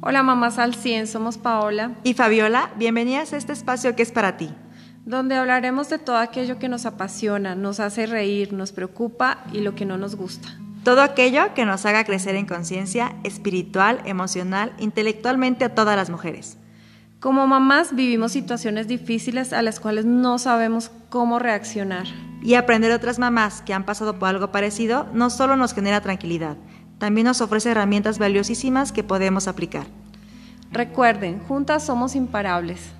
Hola mamás al 100, somos Paola, Y Fabiola, bienvenidas a este espacio que es para ti. donde hablaremos de todo aquello que nos apasiona, nos hace reír, nos preocupa y lo que no nos gusta. Todo aquello que nos haga crecer en conciencia espiritual, emocional, intelectualmente a todas las mujeres. Como mamás vivimos situaciones difíciles a las cuales no sabemos cómo reaccionar. Y aprender de otras mamás que han pasado por algo parecido no solo nos genera tranquilidad, también nos ofrece herramientas valiosísimas que podemos aplicar. Recuerden, juntas somos imparables.